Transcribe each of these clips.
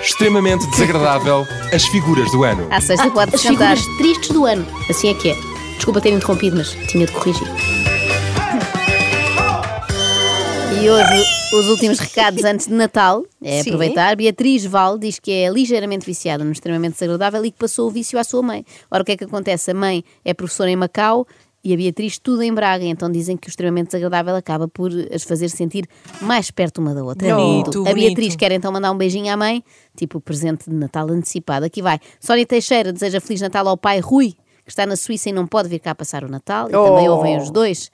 Extremamente desagradável, as figuras do ano. À sexta pode Ah, As sentar. figuras tristes do ano. Assim é que é. Desculpa ter interrompido, mas tinha de corrigir. E hoje, os últimos recados antes de Natal, é Sim. aproveitar. Beatriz Val diz que é ligeiramente viciada no extremamente desagradável e que passou o vício à sua mãe. Ora, o que é que acontece? A mãe é professora em Macau e a Beatriz tudo em Braga, então dizem que o extremamente desagradável acaba por as fazer sentir mais perto uma da outra. Bonito, a Beatriz bonito. quer então mandar um beijinho à mãe, tipo presente de Natal antecipado. Aqui vai. Sónia Teixeira deseja Feliz Natal ao pai Rui, que está na Suíça e não pode vir cá passar o Natal. E também Oh. ouvem os dois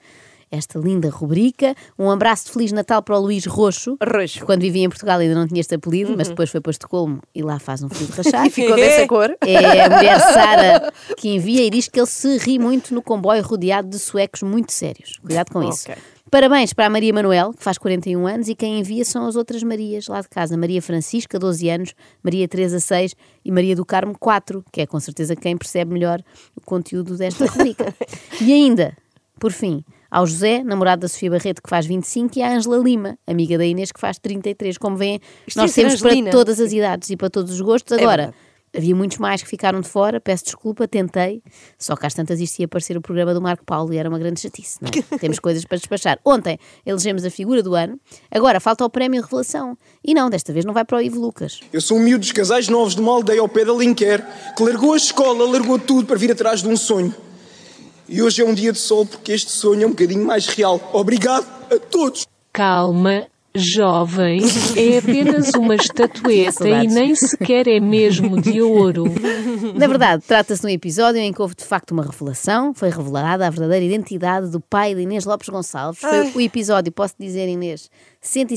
esta linda rubrica. Um abraço de Feliz Natal para o Luís Roxo. Roxo. Uhum. que Quando vivia em Portugal ainda não tinha este apelido, mas depois foi para Estocolmo e lá faz um frio de rachar. Ficou dessa cor. É a mulher Sara que envia e diz que ele se ri muito no comboio rodeado de suecos muito sérios. Cuidado com isso. Ok. Parabéns para a Maria Manuel, que faz 41 anos, e quem envia são as outras Marias lá de casa. Maria Francisca, 12 anos, Maria Teresa, 6 e Maria do Carmo, 4, que é com certeza quem percebe melhor o conteúdo desta rubrica. e ainda, por fim, ao José, namorado da Sofia Barreto, que faz 25, e à Ângela Lima, amiga da Inês, que faz 33. Como veem, Isto nós ia ser temos para Angelina. é? todas as idades e para todos os gostos. Agora, verdade. havia muitos mais que ficaram de fora, peço desculpa, tentei, só que às tantas isto ia aparecer o programa do Marco Paulo e era uma grande chatice, não é? Temos coisas para despachar. Ontem elegemos a figura do ano, agora falta o prémio Revelação. E não, desta vez não vai para o Ivo Lucas. Eu sou um miúdo dos casais novos de uma aldeia ao pé da Linquer, que largou a escola, largou tudo para vir atrás de um sonho. E hoje é um dia de sol porque este sonho é um bocadinho mais real. Obrigado a todos! Calma, jovem, é apenas uma estatueta e Saudades. nem sequer é mesmo de ouro. Na verdade, trata-se de um episódio em que houve de facto uma revelação, foi revelada a verdadeira identidade do pai de Inês Lopes Gonçalves. Foi o episódio, posso dizer, Inês,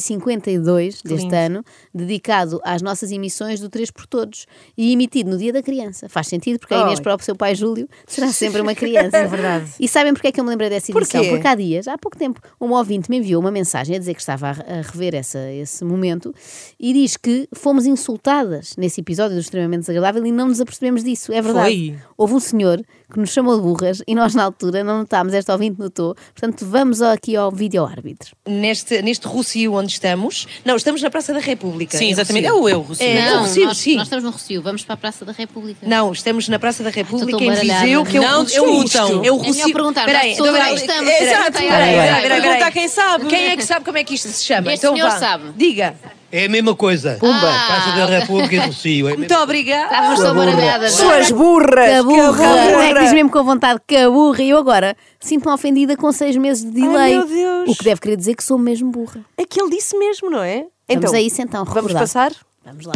152 deste ano, dedicado às nossas emissões do Três por Todos e emitido no Dia da Criança. Faz sentido, porque a Inês, Ai. para o seu pai Júlio, será sempre uma criança. É verdade. E sabem porque é que eu me lembrei dessa edição? quê? Porque há dias, há pouco tempo, um ouvinte me enviou uma mensagem a dizer que estava a re- a rever essa, esse momento e diz que fomos insultadas nesse episódio do Extremamente Desagradável e não nos apercebemos disso. É verdade. Foi. Houve um senhor que nos chamou de burras e nós, na altura, não notámos. Este ouvinte notou. Portanto, vamos ao- aqui ao vídeo-árbitro. neste, neste Rocio onde estamos. Não, estamos na Praça da República. Sim, em exatamente. É Rossio. o eu, Rocio. É, o Rocio, sim. estamos no Rocio, vamos para a Praça da República. Não, estamos na Praça da República estou em baralhada. Viseu, que é o Não Rocio. discutam. É o É Rocio. melhor perguntar Peraí, às pessoas então, onde peraí, estamos, peraí, Exato, peraí, peraí, peraí, peraí. peraí. Pergunta a quem sabe. Quem é que sabe como é que isto se chama? Este senhor vá. sabe. Diga. É a mesma coisa. Pumba. Ah, Casa da República e do Cio. É a mesma Muito obrigada. Estávamos só baralhadas. Suas burras. Caburra! que burra. Não é que diz mesmo com vontade caburra. E eu agora sinto-me ofendida com seis meses de delay. meu Deus. O que deve querer dizer que sou mesmo burra. É que ele disse mesmo, não é? Vamos a isso então, Vamos recordar. passar? Vamos lá.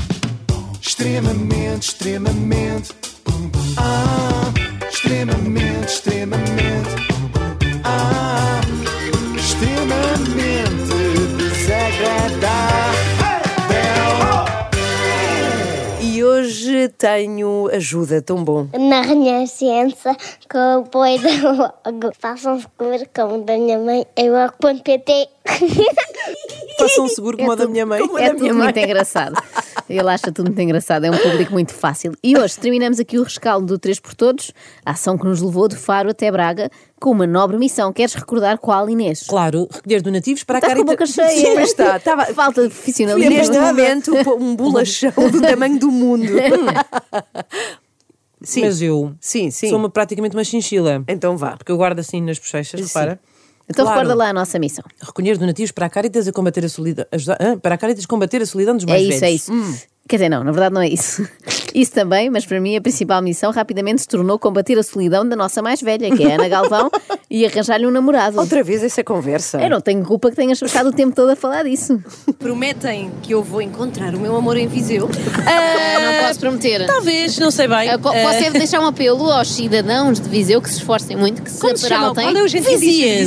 Extremamente, extremamente. Ah, extremamente, extremamente. Ah, extremamente desagradável. E hoje tenho ajuda, tão bom. Na Renascença, com o apoio da logo. Façam-se comer como da minha mãe, é logo.pt. Façam um seguro como o da minha mãe. É tudo muito engraçado. Ele acha tudo muito engraçado, é um público muito fácil. E hoje terminamos aqui o rescaldo do Três por Todos, a ação que nos levou de Faro até Braga com uma nobre missão. Queres recordar qual, Inês? Claro, recolher donativos para a Estás com a Caritas. boca cheia. Sim, mas está, é estava- Falta de profissionalismo. Neste momento, um bolachão do tamanho do mundo. Sim. Mas eu Sim, sim. sou uma, praticamente uma chinchila. Então vá. Porque eu guardo assim nas bochechas, repara. Então Claro. recorda lá a nossa missão. Recolher donativos para a Caritas e combater a solidão. ajudar- hã? para a Caritas combater a solidão dos É mais isso, é velhos. isso. Hum. Quer dizer, não, na verdade não é isso. Isso também, mas para mim a principal missão rapidamente se tornou combater a solidão da nossa mais velha, que é a Ana Galvão, e arranjar-lhe um namorado. Outra vez essa conversa. Eu não tenho culpa que tenhas passado o tempo todo a falar disso. Prometem que eu vou encontrar o meu amor em Viseu. Não posso prometer. Tá Talvez, não Ah, sei bem. Ah, Eu co- Eh, Posso é deixar um apelo aos cidadãos de Viseu que se esforcem muito, que se Como se chama? aparaltem. Qual é o gentilicio de Vizienses.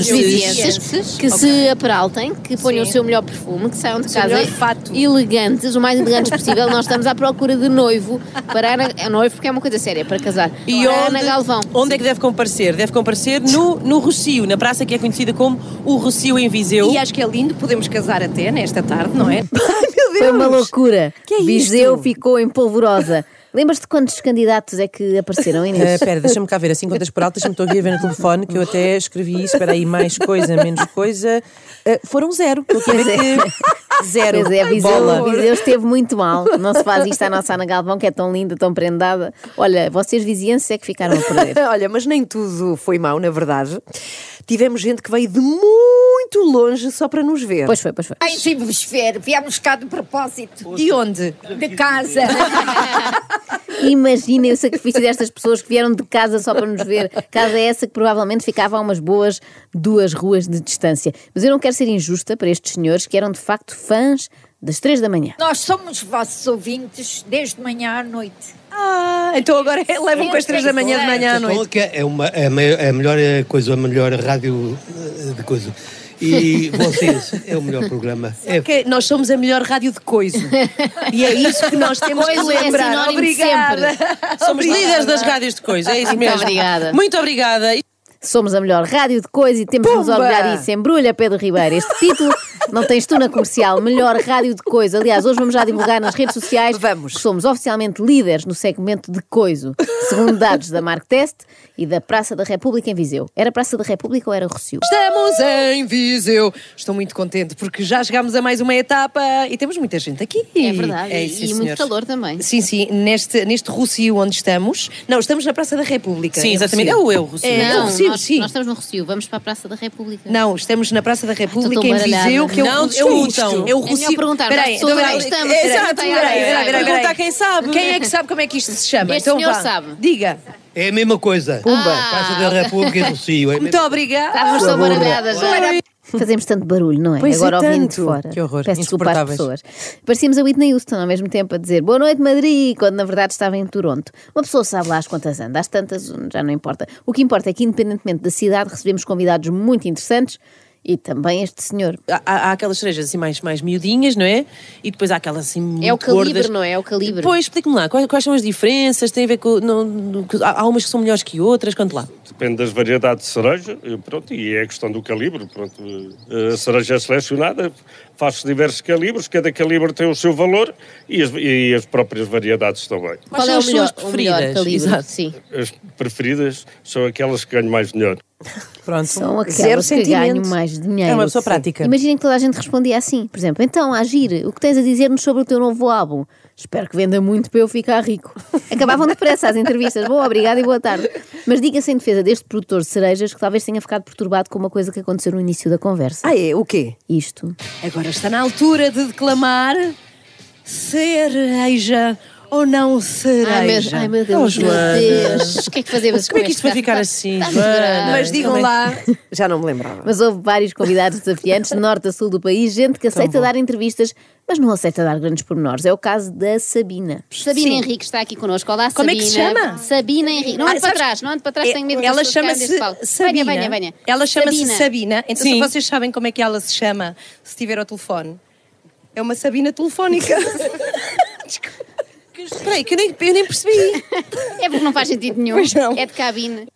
Viseu? Vizienses, Que se aparaltem, que ponham o seu melhor perfume, que saiam de seu casa melhor fato. elegantes, o mais elegantes possível. Nós estamos à procura de noivo. Para Ana, é noivo porque é uma coisa séria, para casar. E Para onde, Ana Galvão. onde é que deve comparecer? Deve comparecer no, no Rocio, na praça que é conhecida como o Rocio em Viseu. E acho que é lindo, podemos casar até nesta tarde, não é? Ai, meu Deus. Foi uma loucura. Que é Viseu isto? ficou em polvorosa. Lembras-te quantos candidatos é que apareceram, Espera, Ah, Inês? deixa-me cá ver, assim contas por alto, deixa-me estou aqui a ver no telefone que eu até escrevi isso, espera aí, mais coisa, menos coisa. Ah, foram zero, estou aqui a ver que zero. Pois é, Viseu, Bola. Viseu esteve muito mal. Não se faz isto à nossa Ana Galvão, que é tão linda, tão prendada. Olha, vocês vizinhanças é que ficaram a perder. Olha, mas nem tudo foi mau, na verdade. Tivemos gente que veio de muito longe só para nos ver. Pois foi, pois foi. Ai, sim, vos ver. Viemos cá de propósito. De onde? De casa. Imaginem o sacrifício destas pessoas que vieram de casa só para nos ver. Casa essa que provavelmente ficava a umas boas duas ruas de distância. Mas eu não quero ser injusta para estes senhores que eram de facto fãs das três da manhã. Nós somos vossos ouvintes desde manhã à noite. Ah, então agora levam com as três da manhã de manhã à noite. Que é uma, é a maior- é a melhor eh, coisa, a melhor rádio eh, de coisa. E vocês, é o melhor programa. É Ok, nós somos a melhor rádio de coisa. E é isso que nós temos que Coiso é lembrar. sinónimo de Obrigada. Somos líderes das rádios de coisa, é Então, isso Muito mesmo. obrigada. Muito obrigada. Somos a melhor rádio de coisa e temos de nos Pumba! orgulhar disso. Embrulha, Pedro Ribeiro. Este título não tens tu na comercial. Melhor rádio de coisa. Aliás, hoje vamos já divulgar nas redes sociais Vamos. que somos oficialmente líderes no segmento de coiso, segundo dados da Mark Test e da Praça da República em Viseu. Era Praça da República ou era Rocio? Estamos em Viseu. Estou muito contente porque já chegámos a mais uma etapa e temos muita gente aqui. É verdade. É e- isso, e sim, muito senhores. calor também. Sim, sim, neste, neste Rocio onde estamos. Não, estamos na Praça da República. Sim, em exatamente. É Rocio. o eu, Rocio. É, não, o Rocio, nós, sim. nós estamos no Rocio, vamos para a Praça da República. Não, estamos na Praça da República tão em baralhada. Viseu, que é o Não Rocio. discutam. É o É Rocio. melhor perguntar, mas as pessoas onde estamos, É, peraí, peraí, Exato, peraí, peraí, peraí, peraí, peraí. Perguntar quem é sabe. Quem é que sabe como é que isto se chama? Este senhor vá. sabe. Diga. É a mesma coisa. Pumba. Praça da República e do Cio. É a Muito mesma- obrigada. Estávamos tão baralhadas. já. Fazemos tanto barulho, não é? Pois é, Agora ouvindo de tanto. fora. Que horror, Peço desculpa às insuportáveis. pessoas. Parecíamos a Whitney Houston ao mesmo tempo a dizer boa noite, Madrid, quando na verdade estava em Toronto. Uma pessoa sabe lá as quantas anda, às tantas já não importa. O que importa é que, independentemente da cidade, recebemos convidados muito interessantes e também este senhor. Há, há- há aquelas cerejas assim mais, mais miudinhas, não é? E depois há aquelas assim muito É o calibre, gordas. não é? É o calibre. Pois, explique-me lá, quais, quais são as diferenças? Tem a ver com... não- não- com- há, há umas que são melhores que outras, quanto lá. Depende das variedades de cereja, eh, pronto, e é a questão do calibre, pronto. Eh, A cereja é selecionada, faz-se diversos calibres, cada calibre tem o seu valor e as, e as próprias variedades também. Qual Quais é são o as melhor, suas o melhor preferidas? calibre? Exato. Sim. As preferidas são aquelas que ganham mais dinheiro. Pronto. São aquelas Zero que sentimento. ganham mais dinheiro. É uma pessoa prática. Imaginem que toda a gente respondia assim, por exemplo, então, Agir, o que tens a dizer-nos sobre o teu novo álbum? Espero que venda muito para eu ficar rico. Acabavam depressa as entrevistas. Bom, obrigada e boa tarde. Mas diga-se em defesa deste produtor de cerejas que talvez tenha ficado perturbado com uma coisa que aconteceu no início da conversa. Ah, é? O quê? Isto. Agora está na altura de declamar cereja ou não cereja. Ai, meu, ai, meu Deus. Oh, Joana. meu Deus. O que é que fazemos Como é que isto vai ficar assim, Joana? Mas digam lá, Já não me lembrava. Mas houve vários convidados desafiantes, de norte a sul do país, gente que aceita dar entrevistas, mas não aceita dar grandes pormenores. É o caso da Sabina. Sabina Henrique está aqui connosco. Olá, Como é Sabina. que se chama? Sabina Henrique. Não Ah, ande para sabes- trás, não ande para trás, É, tenho medo que as ela pessoas caem chama-se deste palco. Sabina. Venha, venha, venha. Ela chama-se Sabina. Então, Então, se Sim. se vocês vocês sabem como é que ela se chama, se tiver ao telefone, é uma Sabina telefónica. Espera aí, que eu nem, eu nem percebi. É porque não faz sentido nenhum. Pois não. É de cabine.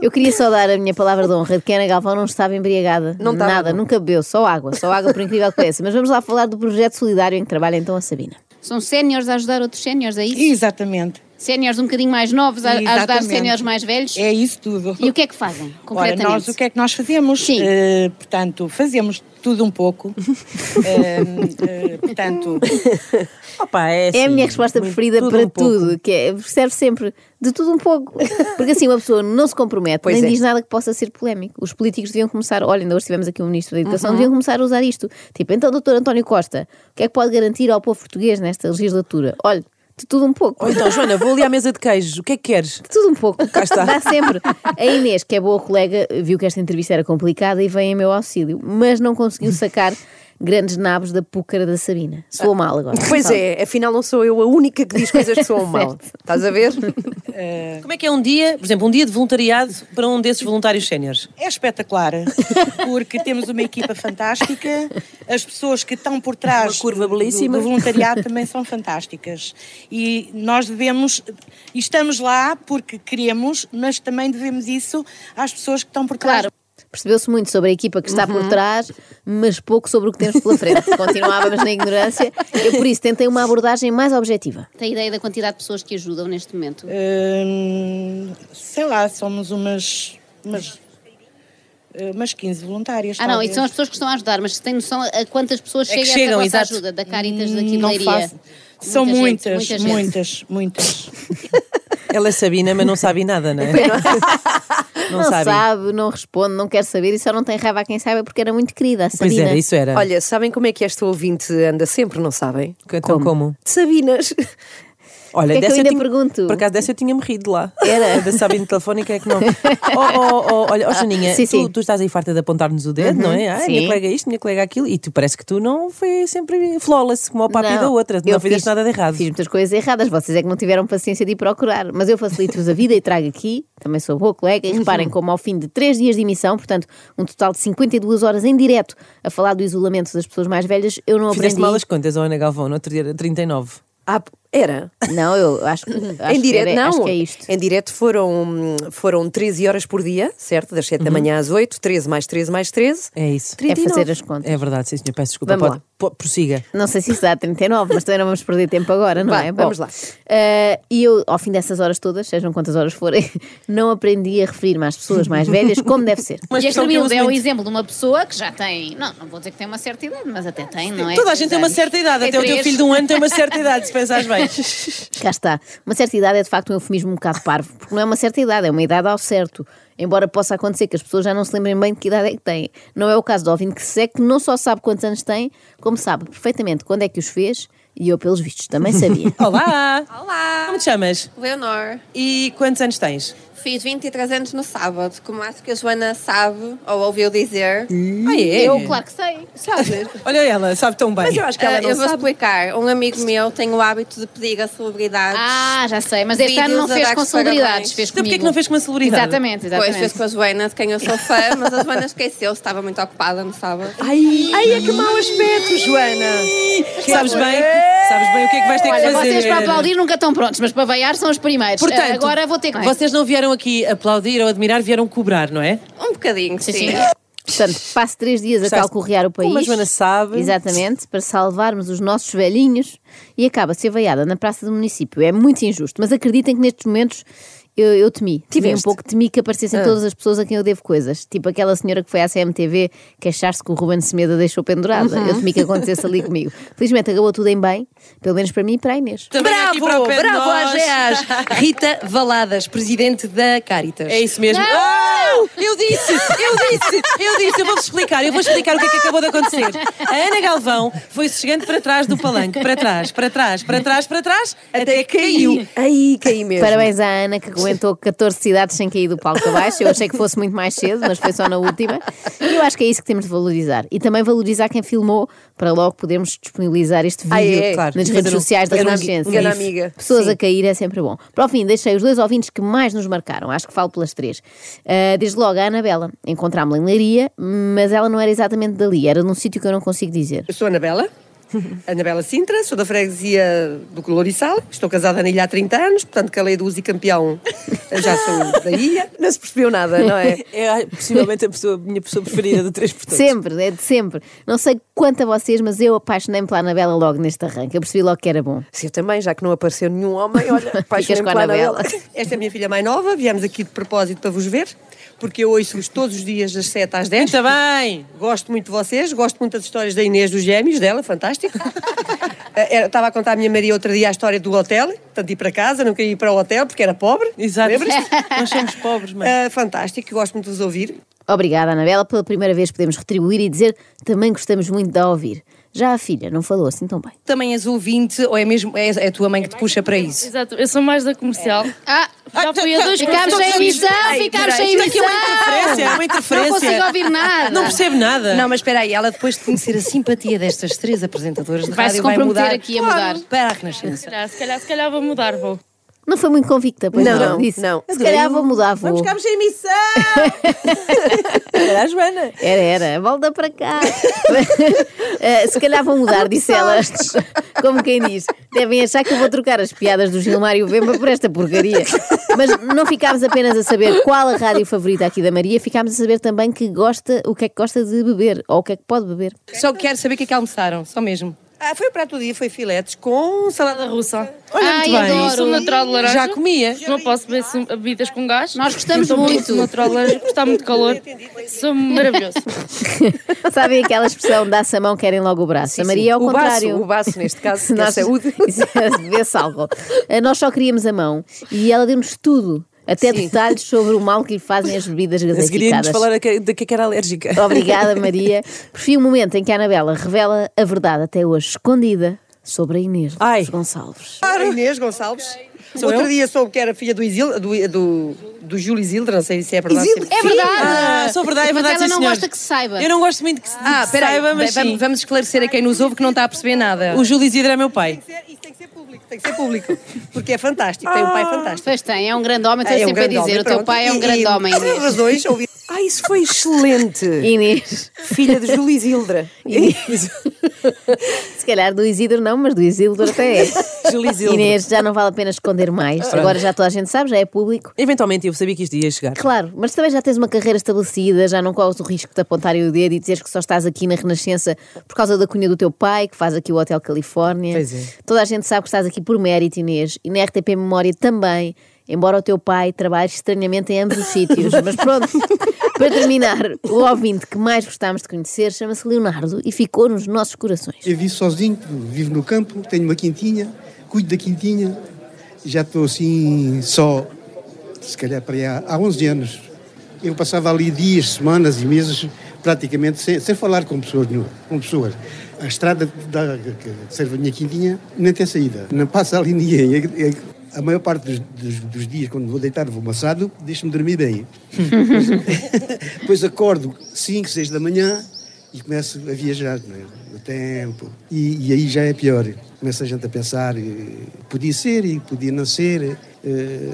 Eu queria só dar a minha palavra de honra de que a Ana Galvão não estava embriagada. Não estava, Nada, não. nunca bebeu, só água, só água por incrível que pareça. Mas vamos lá falar do projeto solidário em que trabalha então a Sabina. São séniores a ajudar outros séniores, é isso? Exatamente. Séniores um bocadinho mais novos a, a ajudar Exatamente. séniores mais velhos. É isso tudo. E o que é que fazem, Ora, concretamente? nós o que é que nós fazemos? Sim. Eh, portanto, fazemos tudo um pouco. Eh, eh, portanto, Opa, é, é a assim, minha resposta muito- preferida para um pouco. tudo, que é, serve sempre de tudo um pouco. Porque assim uma pessoa não se compromete, Pois nem é. diz nada que possa ser polémico. Os políticos deviam começar, olha, ainda hoje tivemos aqui um ministro da Educação, Uhum. deviam começar a usar isto. Tipo, então, doutor António Costa, o que é que pode garantir ao povo português nesta legislatura? Olha, de tudo um pouco. Ou então, Joana, vou ali à mesa de queijos, o que é que queres? Tudo um pouco. Cá está. Dá sempre. A Inês, que é boa colega, viu que esta entrevista era complicada e veio em meu auxílio, mas não conseguiu sacar grandes nabos da púcara da Sabina. Soou mal agora. Pois Sabe? é, afinal não sou eu a única que diz coisas que soam mal. Estás a ver? Como é que é um dia, por exemplo, um dia de voluntariado para um desses voluntários séniores? é espetacular, porque temos uma equipa fantástica, as pessoas que estão por trás Uma curva do- do- belíssima. do voluntariado também são fantásticas. E nós devemos, e estamos lá porque queremos, mas também devemos isso às pessoas que estão por trás Claro. percebeu-se muito sobre a equipa que está por Uhum. trás, mas pouco sobre o que temos pela frente. Continuávamos na ignorância. Eu, por isso, tentei uma abordagem mais objetiva. Tem ideia da quantidade de pessoas que ajudam neste momento? Eh, Hum, sei lá, somos umas. umas eh, umas 15 voluntárias. Ah, não, talvez. isso são as pessoas que estão a ajudar, mas tem noção a a quantas pessoas É que chega chegam, essa exato. vossa Hum, ajuda da Caritas daqui de Não Leiria? faço. São Muita muitas, gente, muita gente. muitas, muitas. Ela é Sabina, mas não sabe nada, não é? Não, sabe. sabe. não responde, não quer saber e só não tem raiva a quem saiba porque era muito querida. A Sabina. Olha, sabem como é que esta ouvinte anda sempre, não sabem? Então como? De Sabinas. Olha, Que é que eu ainda tinha- pergunto? Por acaso dessa eu tinha morrido lá. Era? A da Sabina telefónica é que não. Oh, oh, oh, Ah, olha, oh, Janinha, Sim, tu, sim. tu estás aí farta de apontar-nos o dedo, Uhum, não é? Ah, minha sim. colega isto, minha colega aquilo. E tu parece que tu não foi sempre flawless como o papi Não, da outra. Tu eu não fizeste fiz- nada de errado. Fiz muitas coisas erradas, vocês é que não tiveram paciência de ir procurar. Mas eu facilito-vos a vida e trago aqui, também sou boa colega, e Uhum. reparem como ao fim de três dias de emissão, portanto, um total de 52 horas em direto a falar do isolamento das pessoas mais velhas, eu não Fizeste aprendi. mal as contas, oh, Ana Galvão, no outro dia era 39. Ah, era? Não, eu acho, acho em direto, que era, não. acho que é isto. Em direto foram, foram 13 horas por dia, certo? Das 7 da manhã às 8, 13 mais 13 mais 13. É isso. Uhum. É fazer as contas. É verdade, sim, senhor. Peço desculpa. Vamos Pode, po- prossiga. Não sei se isso dá 39, mas também não vamos perder tempo agora, não Vá, é? vamos lá. eh, e eu, ao fim dessas horas todas, sejam quantas horas forem, não aprendi a referir-me às pessoas mais velhas como deve ser. Mas e esta expressão que eu miúda uso é um muito. exemplo de uma pessoa que já tem. Não, não vou dizer que tem uma certa idade, mas até tem, não é? Toda a Três gente tem uma anos. certa idade, Tem É até o teu três. filho de um ano tem uma certa idade, se pensares bem. Cá está. Uma certa idade é de facto um eufemismo um bocado parvo, porque não é uma certa idade, é uma idade ao certo. Embora possa acontecer que as pessoas já não se lembrem bem de que idade é que têm. Não é o caso do ouvinte que se é que não só sabe quantos anos tem, como sabe perfeitamente quando é que os fez, e eu, pelos vistos, também sabia. Olá! Olá! Como te chamas? Leonor, E quantos anos tens? fiz 23 anos no sábado, como acho que a Joana sabe ou ouviu dizer. Ah, é? Eu, claro que sei, sabes? Olha ela, sabe tão bem. Ah, Eu vou explicar. Um amigo meu tem o hábito de pedir a celebridades. Ah, já sei, mas este ano não fez com celebridades, fez Então porquê comigo. que não fez com a celebridade? Exatamente, exatamente. Pois fez com a Joana, de quem eu sou fã, mas a Joana esqueceu, estava muito ocupada no sábado. Ai, ai é que mau aspecto, Joana! Sabes bem, sabes bem o que é que vais ter Olha, que fazer. vocês para aplaudir nunca estão prontos, mas para vaiar são os primeiros. Portanto, Ah, Agora vou ter que. Vocês não vieram aqui aplaudir ou admirar, vieram cobrar, não é? Um bocadinho, sim. Portanto, passo três dias a Gostaste? calcorrear o país. Como a Joana sabe. Exatamente, para salvarmos os nossos velhinhos e acaba a ser veiada na praça do município. É muito injusto, mas acreditem que nestes momentos eu, eu temi. Tive um Tiveste? pouco, temi que aparecessem Ah. todas as pessoas a quem eu devo coisas. Tipo aquela senhora que foi à CMTV queixar-se que o Ruben Semedo a deixou pendurada. Uhum. Eu temi que acontecesse ali comigo. Felizmente acabou tudo em bem, pelo menos para mim e para a Inês. Bravo, bravo AGAs. Rita Valadas, presidente da Caritas. É isso mesmo. Oh, eu disse, eu disse, eu disse, eu vou-vos explicar, eu vou explicar o que é que acabou de acontecer. A Ana Galvão foi-se chegando para trás do palanque, para trás, para trás, para trás, para trás, até que caiu. Aí caí mesmo. Parabéns à Ana que aguentou 14 cidades sem cair do palco abaixo. Eu achei que fosse muito mais cedo, mas foi só na última. E eu acho que é isso que temos de valorizar. E também valorizar quem filmou para logo podermos disponibilizar este vídeo Ah, é, é. Claro. nas Fazer redes um- sociais da fazer um- Renascença. um grande amiga. Pessoas Sim. a cair é sempre bom. Para o fim, deixei os dois ouvintes que mais nos marcaram. Acho que falo pelas três. Ah, desde logo a Anabela. Encontrámos-la em Leiria, mas ela não era exatamente dali. Era num sítio que eu não consigo dizer. É Eu sou a Anabela, Anabela Sintra, sou da freguesia do Colorissal, estou casada na ilha há 30 anos, portanto, que a lei do uso e campeão já sou da ilha. Não se percebeu nada, não é? É possivelmente a pessoa, minha pessoa preferida do 3 por todos. Sempre, é de sempre. Não sei quanto a vocês, mas eu apaixonei-me pela Anabela logo neste arranque. Eu percebi logo que era bom. Sim, eu também, já que não apareceu nenhum homem, olha, Ficas paixão com a Anabela. Esta é a minha filha mais nova, viemos aqui de propósito para vos ver, porque eu ouço-vos todos os dias das 7 às 10. Muito bem! Gosto muito de vocês, gosto muito das histórias da Inês dos Gêmeos, dela, fantástico. Eh, era- Estava a contar à minha Maria outro dia a história do hotel, portanto, ir para casa, não queria ir para o hotel porque era pobre. Exato. Lembras-te? Nós somos pobres, mãe. Eh, fantástico, gosto muito de vos ouvir. Obrigada, Anabela. Pela primeira vez podemos retribuir e dizer também gostamos muito de a ouvir. Já a filha não falou assim tão bem. Também és ouvinte ou é mesmo é, é a tua mãe que te puxa para isso? Exato, eu sou mais da comercial. Ah, já fui a dois É. Ficámos sem concertos. emissão, Ai, ficámos peraí. sem Isto aqui é uma emissão. interferência, é uma Não interferência. consigo ouvir nada. Não percebo nada. Não, mas espera aí, ela depois de conhecer a simpatia destas três apresentadoras de Vai-se rádio vai comprometer mudar aqui a Claro, mudar. para a Se Renascença. calhar, Ah, se calhar, se calhar vou mudar, vou. Não foi muito convicta, pois Não, não. disse. não. Se calhar vou mudar, vou. Vamos buscarmos a emissão! Era a Joana. Era, era. Volta para cá. Eh, Se calhar vão mudar, disse ela. Como quem diz. Devem achar que eu vou trocar as piadas do Gilmar e o Vemba por esta porcaria. Mas não ficámos apenas a saber qual a rádio favorita aqui da Maria, ficámos a saber também que gosta, o que é que gosta de beber ou o que é que pode beber. Só quero saber o que é que almoçaram, só mesmo. Ah, foi o prato do dia, foi filetes com salada russa. Olha, muito bem. Sou natural de laranja. Já comia. Não posso beber sim, bebidas com gás. Nós gostamos Então, muito. sou natural de laranja, porque está muito calor. Sou maravilhoso. Sabem aquela expressão dá-se a mão, querem logo o braço. a Maria é ao O baço, contrário. o baço, neste caso, que é saúde. Vê-se álcool. Eh, Nós só queríamos a mão e ela deu-nos tudo. Até detalhes sobre o mal que lhe fazem as bebidas A seguir íamos gaseificadas. falar a que- de que é que era alérgica. Obrigada, Maria. Por fim, o momento em que a Anabela revela a verdade até hoje escondida sobre a Inês Gonçalves. Inês Gonçalves. Sou Outro eu? dia soube que era filha do, Isil, do, do, do Júlio Isilda, não sei se é verdade. Isilda? É verdade. Ah, sou verdade, é Mas verdade, ela sim, não senhor. gosta que se saiba. Eu não gosto muito que se, ah, que se peraí, saiba, mas va- sim. Vamos esclarecer a quem nos ouve que não está a perceber nada. O Júlio Isidro é meu pai. Tem que ser público, porque é fantástico, tem um pai fantástico. Pois tem, é um grande homem, Ah, estou É um sempre a grande dizer. homem, o teu pronto. pai é um E- grande e- homem. por Inês. razões, ouvi- Ah, isso foi excelente. Inês. Filha de Júlia Isilda. Se calhar do Isidro não, mas do Isildo até é. Júlio Isidro. Inês, já não vale a pena esconder mais. Pronto. Agora já toda a gente sabe, já é público. Eventualmente eu sabia que isto ia chegar. Claro, mas também já tens uma carreira estabelecida, já não corres o risco de apontarem o dedo e dizeres que só estás aqui na Renascença por causa da cunha do teu pai, que faz aqui o Hotel Califórnia. Pois é. Toda a gente sabe que estás aqui por mérito, Inês, e na RTP Memória também, embora o teu pai trabalhe estranhamente em ambos os sítios. Mas pronto, para terminar, o ouvinte que mais gostámos de conhecer chama-se Leonardo e ficou nos nossos corações. Eu vivo sozinho, vivo no campo, tenho uma quintinha, cuido da quintinha, já estou assim só, se calhar para aí há, há 11 anos. Eu passava ali dias, semanas e meses, praticamente sem, sem falar com pessoas, nenhuma, com pessoas. A estrada da, que serve a minha quintinha nem tem saída, não passa ali ninguém. É- é- a maior parte dos, dos- dos dias, quando vou deitar, vou maçado, deixa-me dormir bem. Depois acordo 5, 6 da manhã e começo a viajar não é? no tempo. E, e aí já é pior. Começa a gente a pensar, eh, podia ser e podia não ser. eh,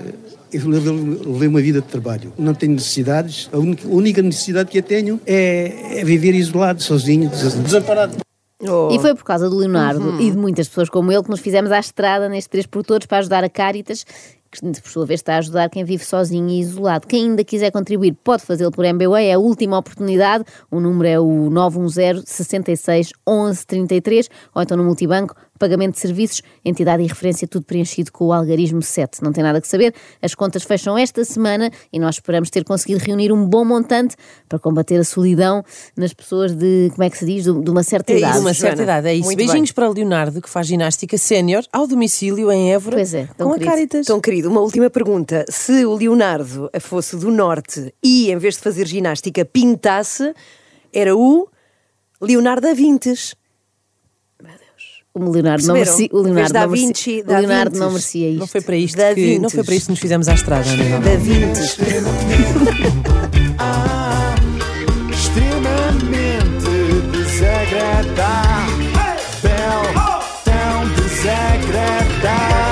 Eu levo- levei uma vida de trabalho. Não tenho necessidades. A única, a única necessidade que eu tenho é, é viver isolado, sozinho, des- desamparado. Oh. E foi por causa do Leonardo Uhum. e de muitas pessoas como ele que nos fizemos à estrada nestes três portores para ajudar a Caritas, que por sua vez está a ajudar quem vive sozinho e isolado. Quem ainda quiser contribuir pode fazê-lo por MBWay, é a última oportunidade. O número é o 910 66 11 33 ou então no multibanco, pagamento de serviços, entidade e referência, tudo preenchido com o algarismo 7. Não tem nada que saber, as contas fecham esta semana e nós esperamos ter conseguido reunir um bom montante para combater a solidão nas pessoas de, como é que se diz, de de uma certa É idade. isso, uma certa idade, é isso. Muito Beijinhos bem. para o Leonardo, que faz ginástica sénior ao domicílio em Évora. Pois é, com a Caritas. Então, Tão querido, uma última pergunta. Se o Leonardo fosse do Norte e, em vez de fazer ginástica, pintasse, era o Leonardo da Vintes. O Leonardo não Perceberam? merecia. O Em vez Leonardo, da não merecia, Vinci, o da Leonardo Vintes. não merecia isto. Não foi para isto Da que, não Vintes. foi para isto que nos fizemos à estrada, não é? Da Vintes. extremamente desagradável, tão desagradável.